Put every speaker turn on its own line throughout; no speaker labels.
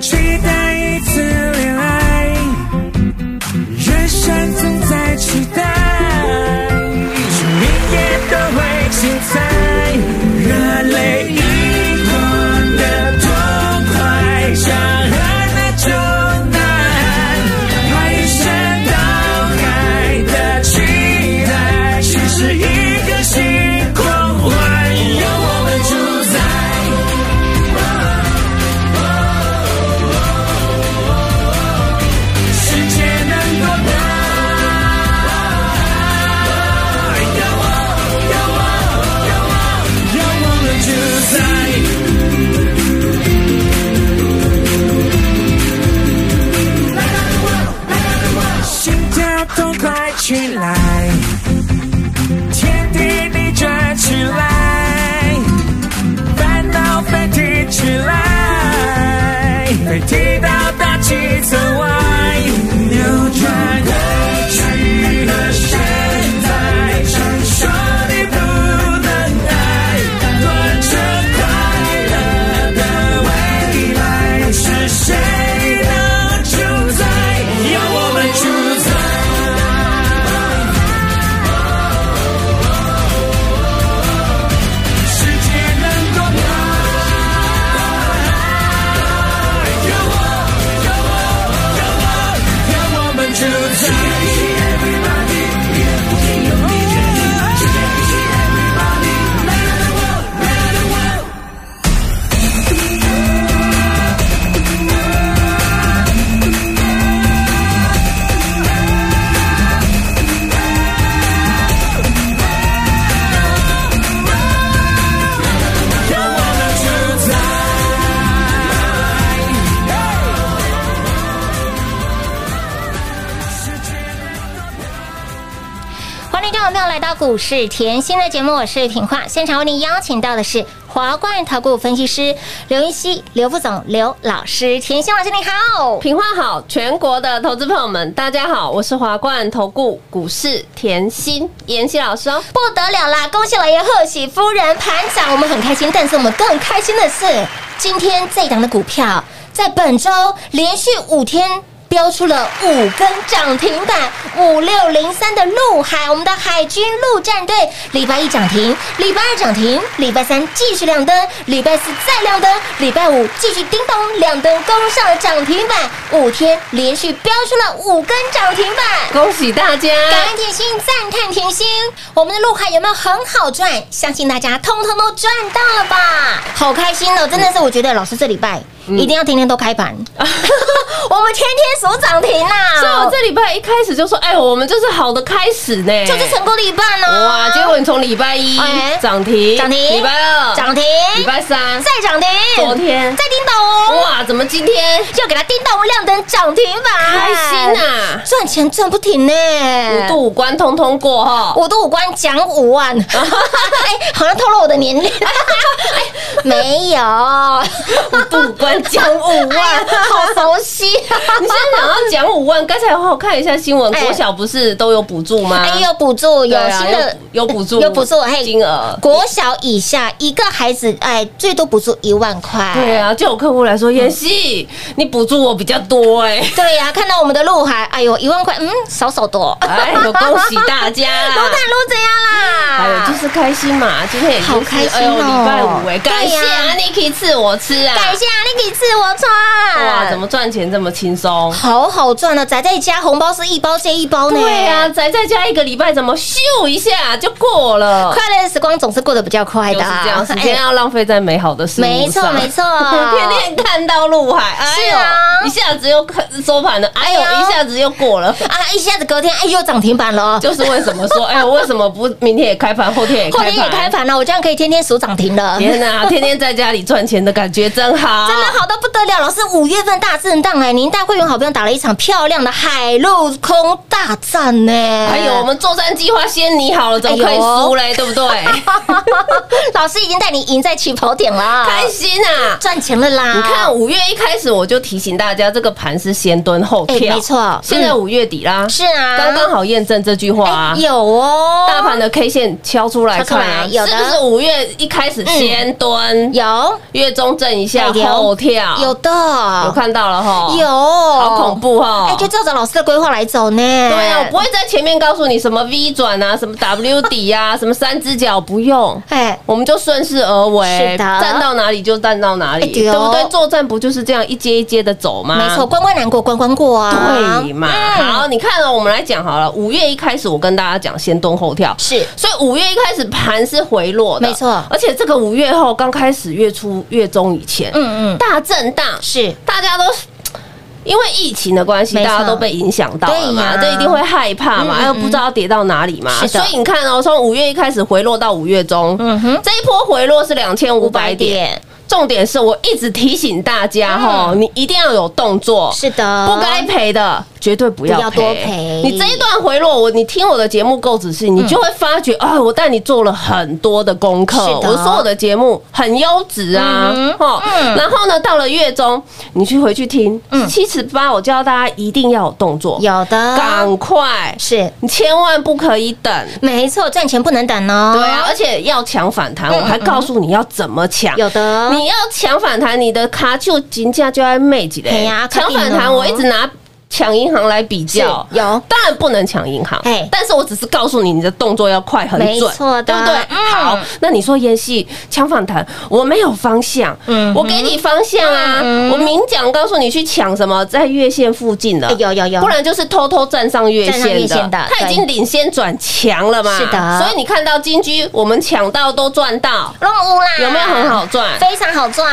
期待一次恋爱，人生总在期待，明夜都会精彩，热泪盈眶的痛快，想和那就难，排山倒海的期待，其实一颗心狂欢，有我们主宰。世界能多大？有我，有我，有我，有我们主宰。心跳痛快起来，天地逆转起来，烦恼飞踢起来，飞踢到大气层外，扭转过去和现在，常说你不能爱，贯彻快乐的未来，是谁能主宰？由我们主宰。世界能多大？让我们主宰。让我们主宰。
欢迎听众朋友来到股市甜心的节目，我是品化。现场为您邀请到的是华冠投顾分析师刘云熙、刘副总、刘老师。甜心老师你好，
平话好，全国的投资朋友们，大家好，我是华冠投顾股市甜心妍希老师哦。
不得了啦！恭喜老爷，贺喜夫人盘涨，我们很开心。但是我们更开心的是，今天这档的股票在本周连续五天。标出了五根涨停板，五六零三的陆海，我们的海军陆战队，礼拜一涨停，礼拜二涨停，礼拜三继续亮灯，礼拜四再亮灯，礼拜五继续叮咚亮灯，攻上了涨停板，五天连续标出了五根涨停板。
恭喜大家！
感恩甜心，赞叹甜心，我们的陆海有没有很好赚？相信大家通通都赚到了吧？好开心哦！真的是，我觉得老师这礼拜
嗯
一定要天天都开盘， 我们天天数涨停啊啦！
所以啊我这礼拜一开始就说，哎，我们这是好的开始呢，
就是成功的一半哦！
哇！结果你从礼拜一
哎
涨停，
涨停
礼拜二
涨，停，
礼拜三，
再涨停，
昨天
再叮咚，
哇，怎么今天
又给它叮咚亮灯涨停板，
开心！啊？
赚钱赚不停呢，哎
五度五关通通过哈，
我都五官讲五万，哎，好像透露我的年龄，哎没有，
五度五关讲五
哎呀
万。
好熟悉啊！
你现在想要讲五万，刚才好好看一下新闻，
哎
国小不是都有补助吗？
哎，有补助，有
对啊
新的
有补有补助
有补助，嘿，
金额
国小以下一个孩子，哎，最多补助一万块。
对啊，就有客户来说，妍希，你补助我比较多哎、
对呀，看到我们的鹿海，哎呦，一万块，嗯，少少多。
哎，有恭喜大家
鹿
啦
蛋！鹿怎样啦？
还有哎就是开心嘛，今天也
好开心哦
礼拜五哎，
对呀
感谢啊 Niki 赐我吃啊，
感谢啊，你给赐我穿。
哇，怎么赚钱这么轻松？
好好赚啊呢？宅在家红包是一包接一包呢。
对呀、啊，宅在家一个礼拜，怎么咻一下就过了？
快乐的时光哦总是过得比较快
就
的
是
啊，
这样，时间
哎
要浪费在美好的事物上。 ，
没错没错
天天看到陆海，哎呦
是啊
一下子又收收盘了，哎呦，
哎呦
一下子又过了。
啊，一下子隔天哎又涨停板了 哦，
就是为什么说，哎，我为什么不明天也开盘，后天也
后
开
天也
盘？
开盘了，我这样可以天天数涨停了。
天 哪，天天在家里赚钱的感觉真好，
真的好到不得了！老师，五月份大震荡哎，您带会员好朋友打了一场漂亮的海陆空大战呢、
还有我们作战计划先拟好了，怎么可以输嘞？对不 对？
老师已经带你赢在起跑点了，
开心啊！
赚钱了啦！
你看，五月一开始我就提醒大家，这个盘是先蹲后
哎、
跳，
没。错，
现在
嗯
五月底啦，
是啊，
刚刚好验证这句话啊
哎。有哦，
大盘的 K 线敲出来看
敲出
啊，
来有的
是不是五月一开始先蹲，
有
月中震一下
哎有
后跳？
有
有
的，
看到了哈？
有，，
好
好
恐！怖哈！
哎，就照着老师的规划来走呢。
哦对啊，我不会在前面告诉你什么 V 转啊，什么 W 底啊，什么三只脚，不用。
哎，
我们就顺势而为，
是的
站到哪里就站到哪里，
哎对
对
哦
不对？作战不就是这样一阶一阶的走吗？
没错，关关难过关关过啊。
啊对嘛？好，你看了、哦我们来讲好了。五月一开始，我跟大家讲先蹲后跳，
是
所以五月一开始盘是回落的，
没错
而且这个五月后刚开始月初、月中以前，
嗯嗯，
大震荡，
是
大家都。因为疫情的关系，
没错
大家都被影响到了嘛，
对呀
这一定会害怕嘛，
嗯嗯
又不知道跌到哪里嘛，
是
所
的
以你看哦，从五月一开始回落到五月中，
嗯哼
这一波回落是两千五百点。
点嗯
重点是我一直提醒大家哈、你一定要有动作，
是的，
不该赔的绝对不要
不要多赔嗯
你这一段回落，我你听我的节目够仔细，你就会发觉，哎，我带你做了很多的功课
是，的
我所有的节目很优质啊
嗯哼，
哦，然后呢，到了月中，你去回去听，七十八，我教大家一定要有动作，
有的
赶快，
是
你千万不可以等。
没错，赚钱不能等哦。
对啊，而且要抢反弹，我还告诉你要怎么抢。
嗯有的
你要抢反弹，你的卡丘金价就要妹几
嘿
嘞
呀。
抢反
卡定
弹，
哦
我一直拿抢银行来比较，
是有
当然不能抢银行
嘿，
但是我只是告诉你，你的动作要快很
没
准，
错的
对不对？
嗯
好，那你说妍希抢反弹，我没有方向，
嗯哼嗯
我给你方向啊，我明讲告诉你去抢什么，在月线附近的
哎，有有有
不然就是偷偷站上月
站上月
线
线的
的，它已
对
经领先转强了嘛，
是的
所以你看到金居，我们抢到都赚到，
弄乌啦，
有没有很好？赚？
非常好赚，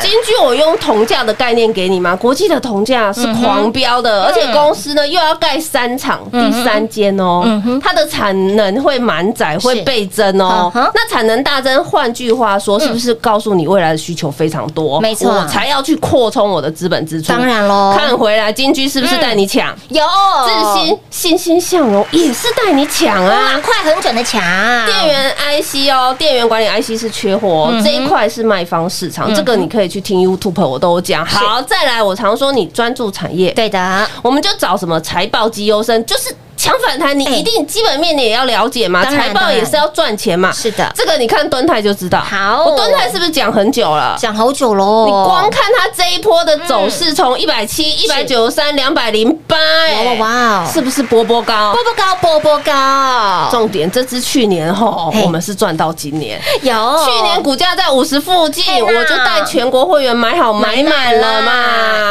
金居我用铜价的概念给你嘛，国际的铜价是狂飙的，而且公司呢又要盖三厂，第三间哦，它的产能会满载，会倍增哦
嗯哼。
那产能大增，换句话说，是不是告诉你未来的需求非常多？
没错
我才要去扩充我的资本支出。
当然喽，
看回来金居是不是带你抢？
有
自信、欣欣向荣也是带你抢啊
哇，！快很准的抢，
电源 IC 哦，电源管理 IC 是缺货
嗯
哦、这一块是卖方市场，这个你可以去听 YouTube，我都有讲。好，再来，我常说你专注产业，
对的，
我们就找什么财报绩优生，就是抢反弹，你
哎
一定基本面你也要了解嘛，
当然
财报
当然
也是要赚钱嘛。
是的
这个你看蹲泰就知道。
好哦
我蹲泰是不是讲很久了？
讲好久喽，
你光看它这一波的走势，从一百七、一百九十三、两百零八，哎，
哇哇哇
是不是波波高
波？波高，波波高，
重点，这支去年后哦
嘿
我们是赚到今年。哦
有
去年股价在五十附近，
天哪
我就带全国会员买好买满了嘛，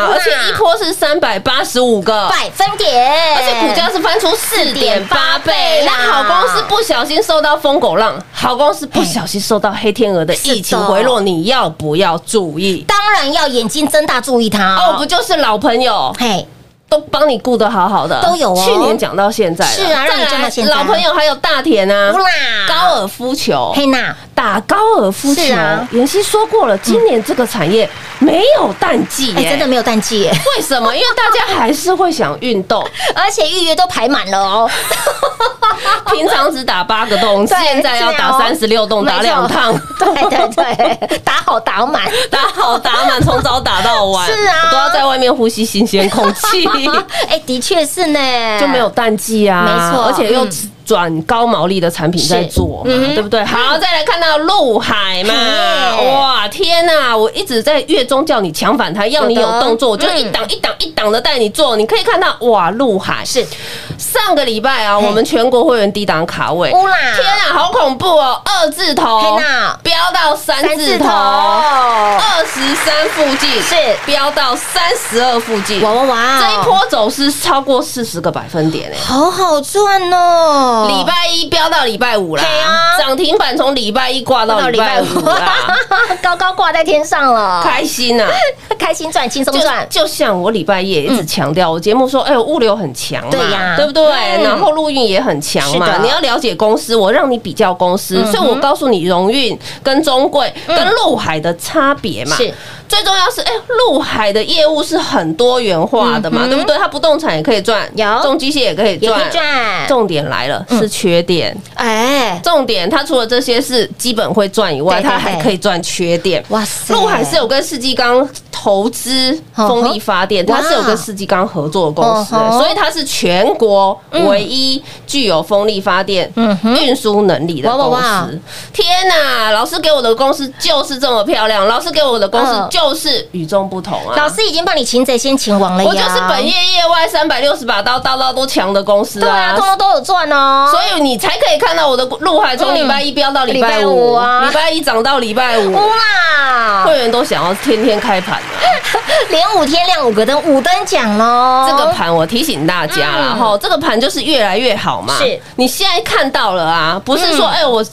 哇
而且一波是三百八十五个。
百分点，
而且股价是翻出四点八倍
4.8，
那好公司不小心受到疯狗浪，好公司不小心受到黑天鹅的
是的
疫情回落，你要不要注意？
当然要眼睛睁大注意它
哦，不就是老朋友，
嘿，
都帮你顾得好好的，
都有哦
去年讲到现在了，
是啊让你
再
讲
来
到现在
老朋友还有大田啊
乌，啦，
高尔夫球，
嘿娜，
打高尔夫球
是啊，嗯
妍希说过了，今年这个产业没有淡季
哎，真的
耶。
没有淡 季耶，
为什么？因为大家还是会想运 动，
而且预约都排满了哦，
平常只打八个洞，
对
现在要打
是啊
三十六洞，
没错
打 两趟，
对对对，打好打 满。
打好打满，从早打到晚，
是啊
我都要在外面呼吸新鲜空 气，
哎、的确是呢，
就没有淡季啊。
嗯没错
而且又
嗯
转高毛利的产品在做嘛
是嗯哼
对不对？好，再来看到陆海嘛
嘿，
哇，天呐！我一直在月中叫你抢反弹，要你
有
有
的
动作，我就
嗯
一档一档一档的带你做。你可以看到，哇，陆海
是
上个礼拜啊，
嘿
我们全国会员低档卡位，
乌啦，
天啊，好恐怖哦，二字头
嘿呐，
飙到三字头，二十三附近
是嗯
飙到三十二附近，
哇哇哇，
这一波走势超过四十个百分点哎、
好好赚哦，哦
礼拜一飙到礼拜五啦
对啊，
涨停板从礼拜一挂到礼拜五啊啦，
高高挂在天上了，
开 心啊！
开心赚，轻松
就
赚，
就像我礼拜一也一直强调，我节目说，哎，我物流很强嘛，
对呀
对不对？
嗯
然后陆运也很强
是的
嘛，你要了解公司，我让你比较公司
嗯，哼嗯
所以我告诉你荣运跟中贵跟陆海的差别嘛。
是
最重要是，哎，陆海的业务是很多元化的嘛，对不对？它不动产也可以赚，
嗯有
重机械也可以
也可
赚
以，赚，嗯
重点来了，是缺点。
哎，
重点，它除了这些是基本会赚以
对
外，
对对
它还可以赚缺点。
哇塞，
陆海是有跟世纪钢投资
嗯哼
风力发电，它是有
哇
跟世纪钢合作的公司，
嗯哼
所以它是全国唯一具有风力发电
嗯哼
运输能力的
哇哇
公
哇
司。天哪，老师给我的公司就是这么漂亮，老师给我的公司
嗯
就是与众不同啊！
老师已经帮你擒贼先擒王了呀，
我就是本业业外三百六十把刀，刀刀都强的公司
对啊，
啊
通！通都有赚哦，
所以你才可以看到我的陆海从礼拜一飙到礼
礼
拜
拜
五
五啊哦
礼拜一涨到礼拜五，
哇，
会员都想要天天开盘啊！
连五天亮五个灯，五等奖喽，
这个盘我提醒大家
哦
啦，
嗯
哈、这个盘就是越来越好嘛。
是，
你现在看到了啊，不是说
嗯
哎、我。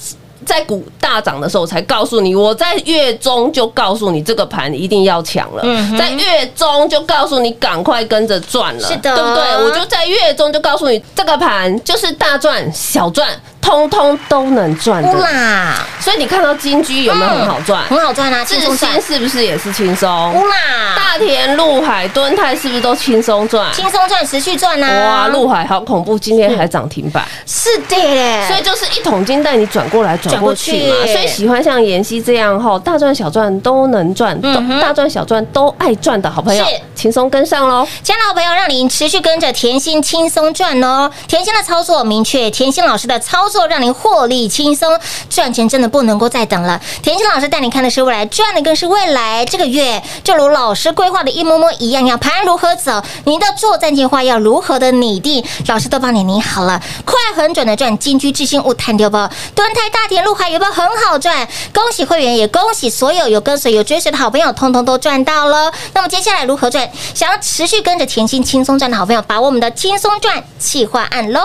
在股大涨的时候才告诉你，我在月中就告诉你这个盘一定要抢了，
嗯哼
在月中就告诉你赶快跟着赚了，
是的
对不对？我就在月中就告诉你，这个盘就是大赚小赚，通通都能赚
乌
的。
啦，
所以你看到金居有没有很好赚？
很好赚啊，
智
轻松赚
新，是不是也是轻松？
乌啦，
大田、陆海、敦泰是不是都轻松赚？
轻松赚，持续赚啊，
哇，陆海好恐怖，今天还涨停板，
是的嘞，
所以就是一桶金带你转过来转过去嘛
转过。去
所以喜欢像妍希这样吼，大赚小赚都能赚，都
嗯哼
大赚小赚都爱赚的好朋友
是，
轻松跟上喽。
亲爱的朋友，让您持续跟着甜心轻松赚哦。甜心的操作明确，甜心老师的操作让您获利轻松，赚钱真的不能够再等了。甜心老师带你看的是未来，赚的更是未来。这个月就如老师规划的一模模一样，要盘如何走，您的作战计划要如何的拟定，老师都帮你拟好了，快很准的赚金居智新物探六包，端泰大田路还有没有很好赚？恭喜会员，也恭喜所有有跟随有追随的好朋友，通通都赚到喽。那么接下来如何赚？想要持续跟着甜心轻松赚的好朋友，把握我们的轻松赚企划案喽。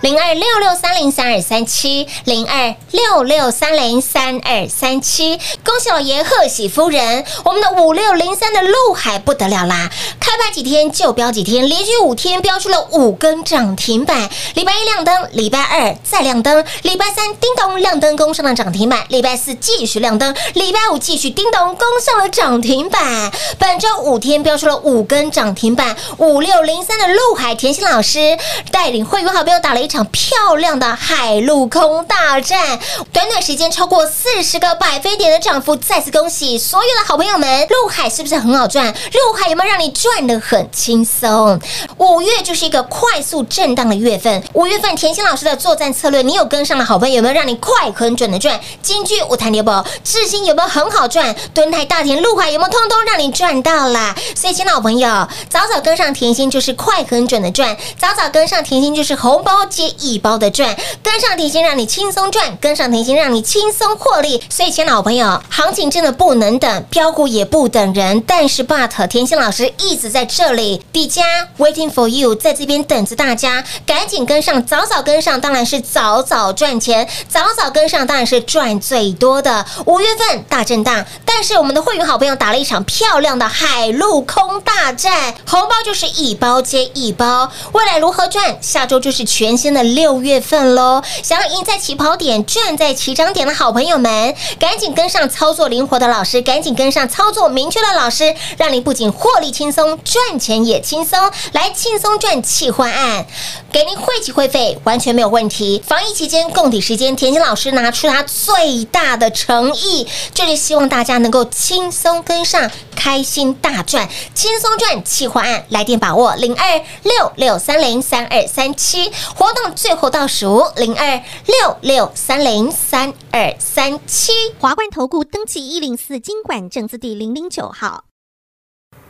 零二六六三零三二三七，零二六六三零三二三七。恭喜老爷，贺喜夫人！我们的五六零三的陆海不得了啦，开盘几天就飙几天，连续五天飙出了五根涨停板。礼拜一亮灯，礼拜二再亮灯，礼拜三叮咚亮灯攻上了涨停板，礼拜四继续亮灯，礼拜五继续叮咚攻上了涨停板。本周五天飙出了五根涨停板，五六零三的陆海甜心老师带领会员好朋友打了一场漂亮的海陆空大战，短短时间超过四十个百分点的涨幅，再次恭喜所有的好朋友们！陆海是不是很好赚？陆海有没有让你赚的很轻松？五月就是一个快速震荡的月份，五月份甜心老师的作战策略，你有跟上的好朋友有没有让你快很准的赚？金句我谈牛宝，智新有没有很好赚？敦泰大田陆海有没有通通让你赚到啦？所以，亲老朋友，早早跟上甜心就是快很准的赚，早早跟上甜心就是红包接一包的赚，跟上甜心让你轻松赚，跟上甜心让你轻松获利。所以，亲老朋友，行情真的不能等，标股也不等人。但是，but 甜心老师一直在这里，底加 waiting for you，在这边等着大家，赶紧跟上，早早跟上，当然是早早赚钱，早早跟上当然是赚最多的。五月份大震荡，但是我们的会员好朋友打了一场漂亮的海陆空大战，红包就是一包接一包。未来如何赚？下周就是全新的六月份喽！想要赢在起跑点、赚在起涨点的好朋友们，赶紧跟上操作灵活的老师，赶紧跟上操作明确的老师，让你不仅获利轻松，赚钱也轻松。来轻松赚企划案，给您汇起会费完全没有问题。防疫期间共体时间，田心老师拿出他最大的诚意，就是希望大家能够轻松跟上，开心大赚，轻松赚企划案，来电把握零二六六三零三二三七，活动最后倒数零二六六三零三二三七。
华冠投顾登记一零四经管证字第零零九号。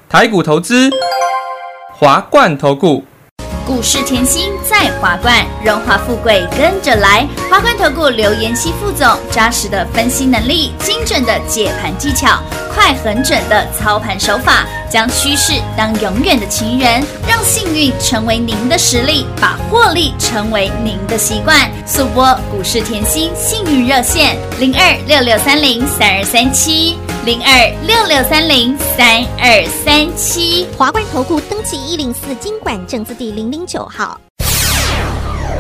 台股投资，华冠投顾。
股市甜心在华冠，荣华富贵跟着来。华冠投顾刘延熙副总，扎实的分析能力，精准的解盘技巧，快很准的操盘手法，将趋势当永远的情人，让幸运成为您的实力，把获利成为您的习惯。速播股市甜心幸运热线零二六六三零三二三七零二六六三零三二三七。
华冠投顾登记一零四经管证字第零零九号。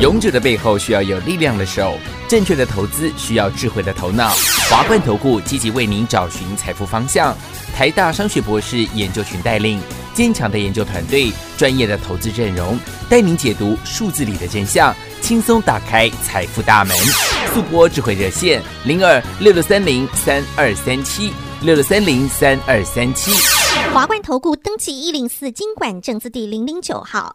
勇者的背后需要有力量的手，正确的投资需要智慧的头脑。华冠投顾积极为您找寻财富方向。台大商学博士研究群带领，坚强的研究团队，专业的投资阵容，带您解读数字里的真相，轻松打开财富大门。速播智慧热线零二六六三零三二三七六六三零三二三七。
华冠投顾登记一零四经管证字第零零九号。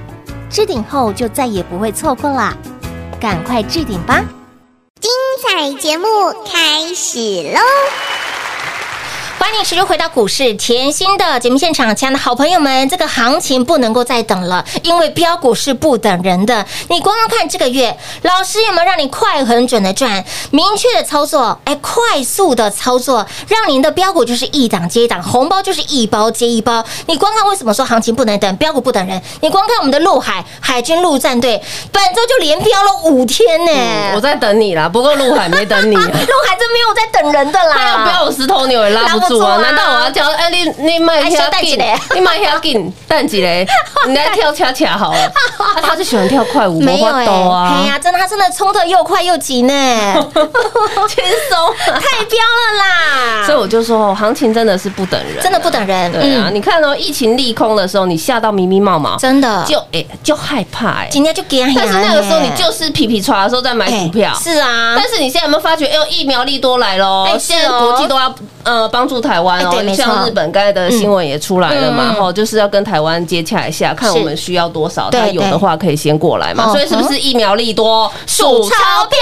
置顶后就再也不会错过啦，赶快置顶吧！
彩节目开始喽！
欢迎持续回到股市甜心的节目现场，亲爱的好朋友们，这个行情不能够再等了，因为标股是不等人的。你光光看这个月，老师有没有让你快、很准的赚？明确的操作，哎，快速的操作，让您的标股就是一档接一档，红包就是一包接一包。你光看为什么说行情不能等，标股不等人？你光看我们的陆海海军陆战队，本周就连标了五天呢、
我在等你啦，不过陆海没等你
啊，陆海真没有在等人的啦，
他要标我石头牛也拉
啊拉
不住啊！
不住啊
难道我要叫哎你你买
哎小蛋一下
你买遐 紧，蛋几嘞？你来跳恰恰好了。啊他就喜欢跳快舞，
没有
法
哎、
度
嘿
啊，
呀、真的，他真的冲的又快又急 呢，
轻松。
太彪了
所
啦！
以我就说，行情真的是不等人啊，
真的不等人，嗯
对啊，，你看哦，疫情利空的时候，你吓到迷迷毛毛，
真的，啊
就哎就害怕哎。
今天就给他
但是那个时候你就是皮皮抓的时候在买股票，
哎是啊，
但是你现在有没有发觉，哎呦，疫苗利多来喽
哎！
现在
是哦
国际都要呃帮助台湾
哎对没
哦，
错
像日本刚才的新闻也出来了
嗯
嘛，
嗯
吼，就是要跟台湾接洽一下，看
是
我们需要多少，
对
他有
对
的话可以先过来嘛。
哦
所以是不是疫苗利多数
钞票，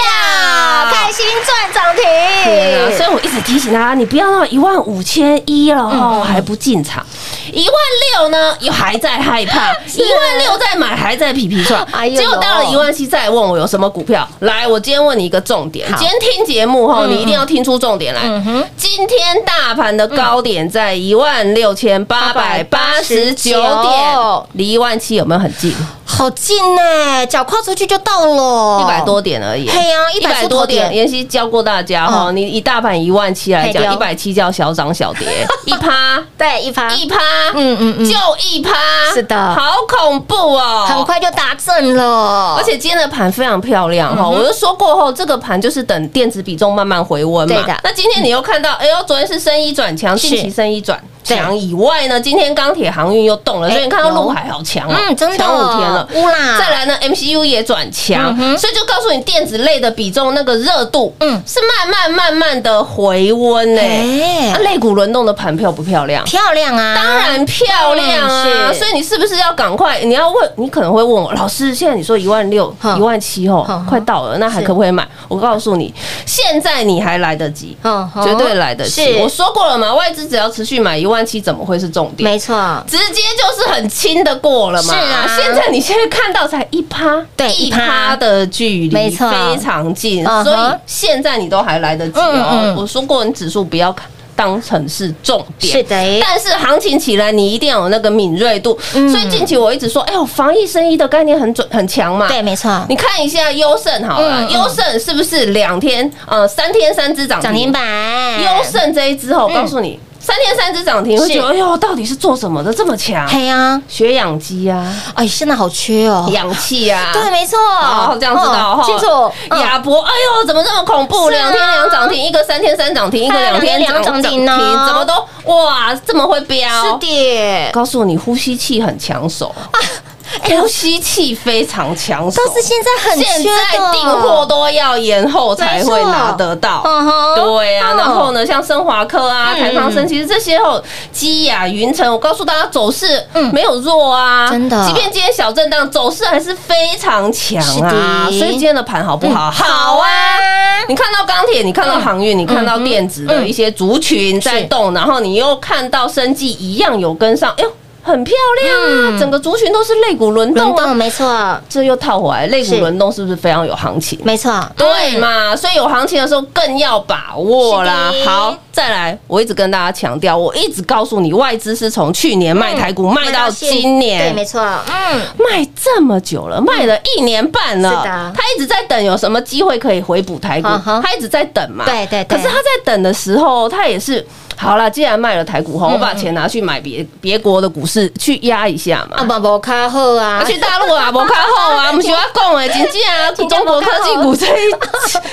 开心赚涨停，
对
哎
啊，所以我一直提醒大家，你不要到一万五千一
嗯
了哦，还不进场；一万六呢，又还在害 怕；一万六再买还在皮皮算。
啊哎呦
结果到了一万七，再问我有什么股票。来，我今天问你一个重点，
好
今天听节目哈，你一定要听出重点来
嗯哼。嗯
今天大盘的高点在一万六千八百八十九点，离一万七有没有很近？一
好近呢，脚跨出去就到了，
百多点而已。
哦嘿呀，一
一
百
百
多
多
点
点，，妍希教过大家哈、
嗯
你以大盘一万七来
嘿对
讲，
哦
一百七叫小涨小 跌，一趴
对，一发，
一趴，
嗯嗯嗯
就一趴，
是的
好恐怖哦，
很。快哦就达正了，
而且今天的盘非常漂亮
嗯
哈、我就说过后，这个盘就是等电子比重慢慢回温嘛。
对的
那今天你又看到，哎呦，昨天是升一转强，近期升一转
对
强以外呢，今天钢铁航运又动了，
哎
所以你看到
有
陆海好强哦，
嗯，真的，
强五天了。
乌啦，
再来呢，MCU 也转强
啊嗯，哼
所以就告诉你电子类的比重那个热度，
嗯
嗯，是慢慢慢慢的回温欸呢、
哎
那、类股轮动的盘漂不漂亮？
漂亮啊，
当然漂亮啊！
嗯是
所以你是不是要赶快？你要问，你可能会问我，老师，现在你说一万六、
哼
一万七
哼
哦，快到了，那还
是
可不可以买？我告诉你，现在你还来得及，
嗯哼
绝对来得及。
是
我说过了嘛，外资只要持续买一万七，怎么会是重点？
没错，
直接就是很轻的过了嘛。
是啊
现在你现在看到才一趴，
对
一
1%
趴的距离，
没错
非常近，
嗯哼
所以现在你都还来得及
嗯
哦
嗯。
我说过，你指数不要看。当成是重点。
是的，
但是行情起来，你一定要有那个敏锐度。
嗯
所以近期我一直说，哎呦，防疫生意的概念很准很强嘛。
对，没错，
你看一下优胜好了，
嗯嗯
优胜是不是两天呃三天三只涨
涨停
停板？
板嗯
优，胜这一只哦，我告诉你，三天三只涨停，会觉得哎呦，到底是做什么的这么强？
嘿呀，
血氧机啊，
哎，现在好缺哦，
氧气啊，
对，没错
哦，，这样子的哦
嗯，清楚，嗯
亚博，哎呦，怎么这么恐怖？
是啊
两天两涨停，一个三天三涨停，一个
对
两
两天
天两
两
涨
涨
停，
停哦
怎么都哇这么会飙？
是的，
告诉你，呼吸器很抢手，哎呼吸器非常抢手，
都是现在很缺
现
的，
在订货都要延后才会拿得到。
嗯哼
对啊，
嗯
然后呢，像升华科啊、
嗯
台康生，其实这些哦，基亚、云城，我告诉大家，走势
嗯
没有弱啊，
真的
即便今天小震荡，走势还是非常强啊。
是的嗯
所以今天的盘好不好？好啊。你看到钢铁，你看到航运，你看
嗯
到电子的一些族群在动，然后你又看到生技一样有跟上，哎呦，很漂亮啊！整个族群都是肋骨轮
嗯轮
动啊
动，，没错，
这又套回来，肋骨
是
轮动是不是非常有行情？
没错，
对嘛，所以有行情的时候更要把握啦
是。的
好，再来，我一直跟大家强调，我一直告诉你，外资是从去年卖台股卖到
嗯现
今年
对，，没错，嗯，
卖这么久了，卖了一年半
是
了，
的
他一直在等有什么机会可以回补台股
嗯，哼
他一直在等嘛。
对对对
可是他在等的时候，他也是好啦，既然卖了台股后，我把钱拿去买别别国的股市去压一下嘛
啊，。不不卡好啊
啊，，去大 陆啊，无较好啊，不是我讲的，真正啊，
真的
中国科技股这一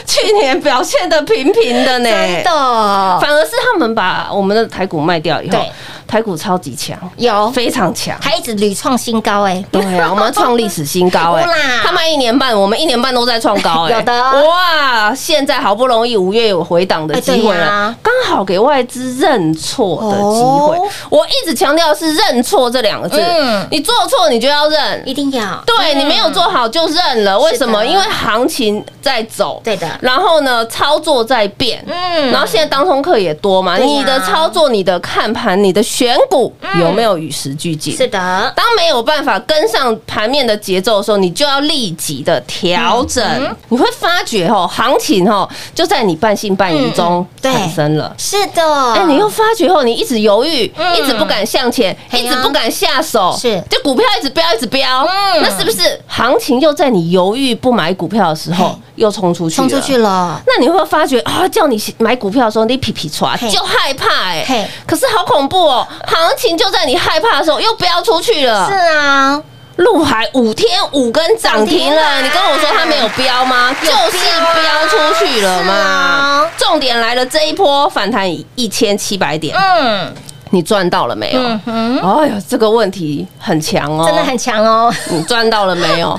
去年表现的平平的呢，
真的
反而是他们把我们的台股卖掉以后
对，哦
台股超级强，
有，
非常强。
还一直屡创新高哎，
对啊，我们要创历史新高哎、
有啦
他卖一年半，我们一年半都在创高 哎、
有的
哇！现在好不容易五月有回档的机会
哎对
了
呀，
刚、好给外资认错的机会。
哦
我一直强调是认错这两个字，
嗯
你做错你就要认，
一定要，
对你没有做好就认了，为什么？因为行情在走，
对的
然后呢，操作在变，
嗯
然后现在当冲客也多嘛，
对啊呀
你的操作、你的看盘、你的选股有没有与时俱进？
是的，
当没有办法跟上盘面的节奏的时候，你就要立即的调整。
嗯
你会发觉哦，行情哦就在你半信半疑中
嗯嗯对
产生了。
是的，
哎、你又发觉后，你一直犹豫，
嗯
一直不敢向前，
嘿呀
一直不敢下手，
是
就股票一直飙，一直飙，
嗯
那是不是行情又在你犹豫不买股票的时
嘿
候又冲出去？
冲出去。了，
那你会不会发觉啊，叫你买股票的时候，你皮皮抓
嘿
就害怕哎、
嘿
可是好恐怖哦！行情就在你害怕的时候又飙出去
是
了。
啊，
陆海五天五根涨停
涨停啊
了，你跟我说它没有飙吗？就
有飙啊
是飙出去了
是
嘛
啊。
重点来了，这一波反弹一千七百点，
嗯
你赚到了没有？
嗯哼，
哎呀，这个问题很强哦，
真的很强哦，
你赚到了 没有？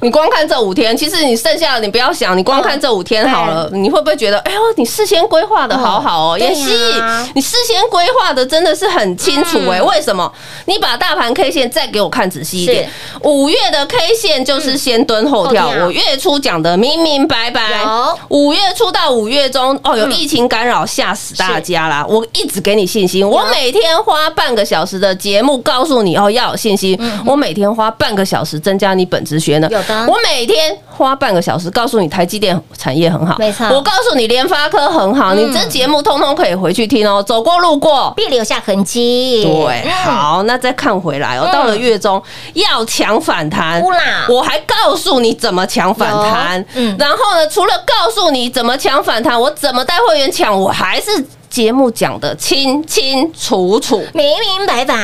你光看这五天，其实你剩下的你不要想，你光看这五天好了，你会不会觉得，哎呦，你事先规划的好好哦，
嗯对呀啊嗯
妍希，你事先规划的真的是很清楚哎、为什么？你把大盘 K 线再给我看仔细一点，五月的 K 线就是先蹲后
嗯
跳，
后跳
我月初讲的明明白白
有，
五月初到五月中，哦，有疫情干扰，吓死大家啦！我一直给你信心，我每天花半个小时的节目告诉你哦，要有信心。我每天花半个小时增加你本职学呢，
嗯有的
我每天花半个小时告诉你台积电产业很好，
没错
我告诉你联发科很好，你这节目通通可以回去听哦，走过路过。
必留下痕迹，
对，好，那再看回来哦，到了月中要强反弹
嗯乌啦，
我还告诉你怎么强反弹
有，嗯
然后呢，除了告诉你怎么强反弹，我怎么带会员抢，我还是节目讲的清清楚楚，
明明白白，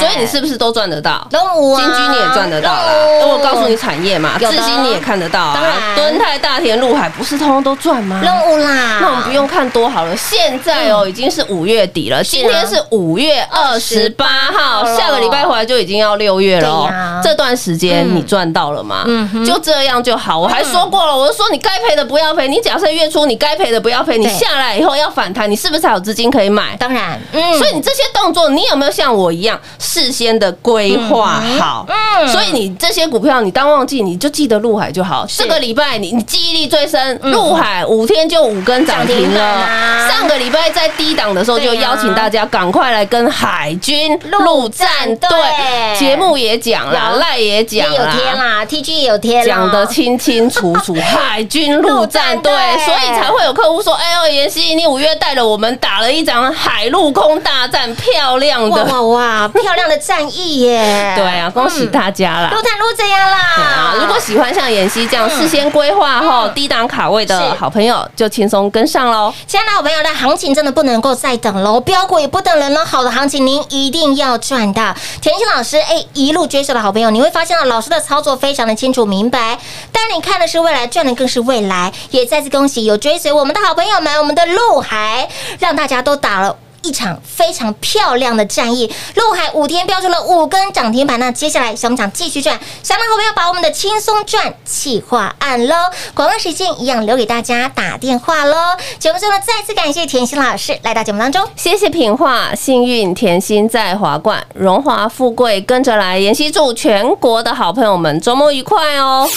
所以你是不是都赚得到？
龙五啊，
金居你也赚得到啦，哦
龙武
我告诉你产业嘛，
有
智
的
新你也看得到
当
啊
然，
敦泰、大田、陆海不是通通都赚吗？
龙五啦，
那我们不用看多好了，现在
嗯
哦已经是五月底了，
啊
今天是五月二十八号，
了
下个礼拜回来就已经要六月了
哦对呀
哦。这段时间
嗯
你赚到了吗
嗯哼？嗯
就这样就好。我还说过了，我就说你该赔的不要赔，你假设月初你该赔的不要赔，你
对
下来以后要反弹，你是不是才有资金可以买？
当然，嗯
所以你这些动作，你有没有像我一样事先的规划好？
嗯
所以你这些股票，你当忘记你就记得陆海就好。这个礼拜你你记忆力最深，陆海五天就五根涨停
涨停板
了
啊。
上个礼拜在低档的时候，
对啊
就邀请大家赶快来跟海军陆
陆
战队
战队
节目也讲了，
有
赖也
也
讲
有
了。
贴啦，TG 也有贴啦，
讲得清清 楚楚，海军陆战队
陆战，队
所以才会有客户说：“哎呦，妍希，你五月带了我们们打了一场海陆空大战，漂亮
哇
的，
哇哇，漂亮的战役耶！
对啊，恭喜大家啦！
陆战陆这样
对啊
啦。
如果喜欢像妍希这样事先规划后低档卡位的
是
好朋友，就轻松跟上喽。
亲爱的好朋友，那行情真的不能够再等喽，标股也不等人了。好的行情，您一定要赚到。田心老师，哎，一路追随的好朋友，你会发现啊，老师的操作非常的清楚明白。但你看的是未来，赚的更是未来。也再次恭喜有追随我们的好朋友们，我们的陆海，让大家都打了。一场非常漂亮的战役，陆海五天标出了五根涨停板。那接下来小们想继续赚，想让好朋友把我们的轻松赚企划案喽。广告时间一样留给大家打电话喽。节目最后呢，再次感谢甜心老师来到节目当中。
谢谢品画，幸运甜心在华冠，荣华富贵跟着来。妍希祝全国的好朋友们周末愉快哦！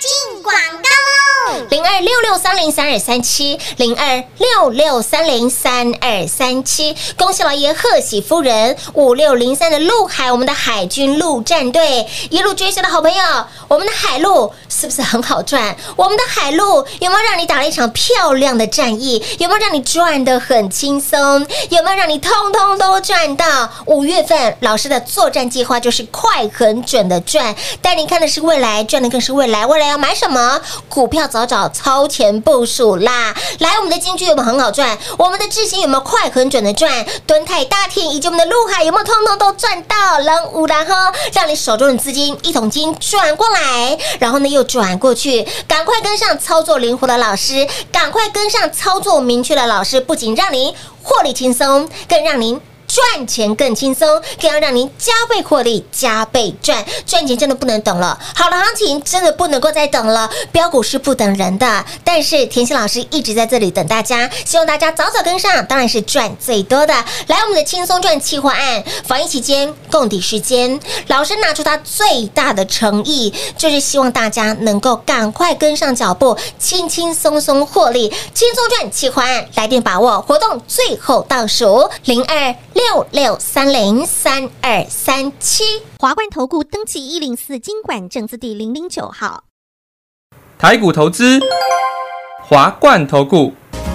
进广告喽！
零二六六三零三二三七，零二六六三零三二三七。恭喜老爷贺喜夫人，五六零三的陆海，我们的海军陆战队一路追随的好朋友，我们的海陆是不是很好赚？我们的海陆有没有让你打了一场漂亮的战役？有没有让你赚得很轻松？有没有让你通通都赚到？五月份老师的作战计划就是快、很准的赚，带你看的是未来，赚的更是未来。未来要买什么股票，早早超前部署啦！来，我们的金居有没有很好赚？我们的智行有没有快、很准的赚？敦泰大厅以及我们的陆海有没有通通都赚到？人五然后让你手中的资金一桶金转过来，然后呢又转过去，赶快跟上操作灵活的老师，赶快跟上操作明确的老师，不仅让您获利轻松，更让您。赚钱更轻松，更要让您加倍获利、加倍赚。赚钱真的不能等了，好的行情真的不能够再等了。标股是不等人的，但是甜心老师一直在这里等大家，希望大家早早跟上，当然是赚最多的。来，我们的轻松赚企划案，防疫期间共抵时间，老师拿出他最大的诚意，就是希望大家能够赶快跟上脚步，轻轻松松获利，轻松赚企划案，来电把握，活动最后倒数零二六六三零三二三七。
华冠投顾登记一零四经管证字第零零九号。
台股投资，华冠投顾。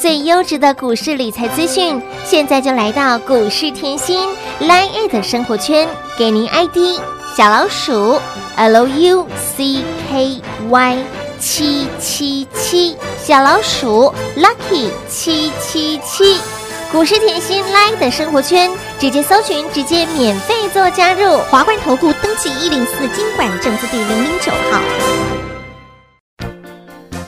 最优质的股市理财资讯，现在就来到股市甜心 Line 的生活圈，给您 ID 小老鼠 Lucky 七七七，小老鼠 Lucky 七七七。股市甜心 Line 的生活圈，直接搜寻，直接免费做加入。
华冠投顾登记一零四经管证字第零零九号。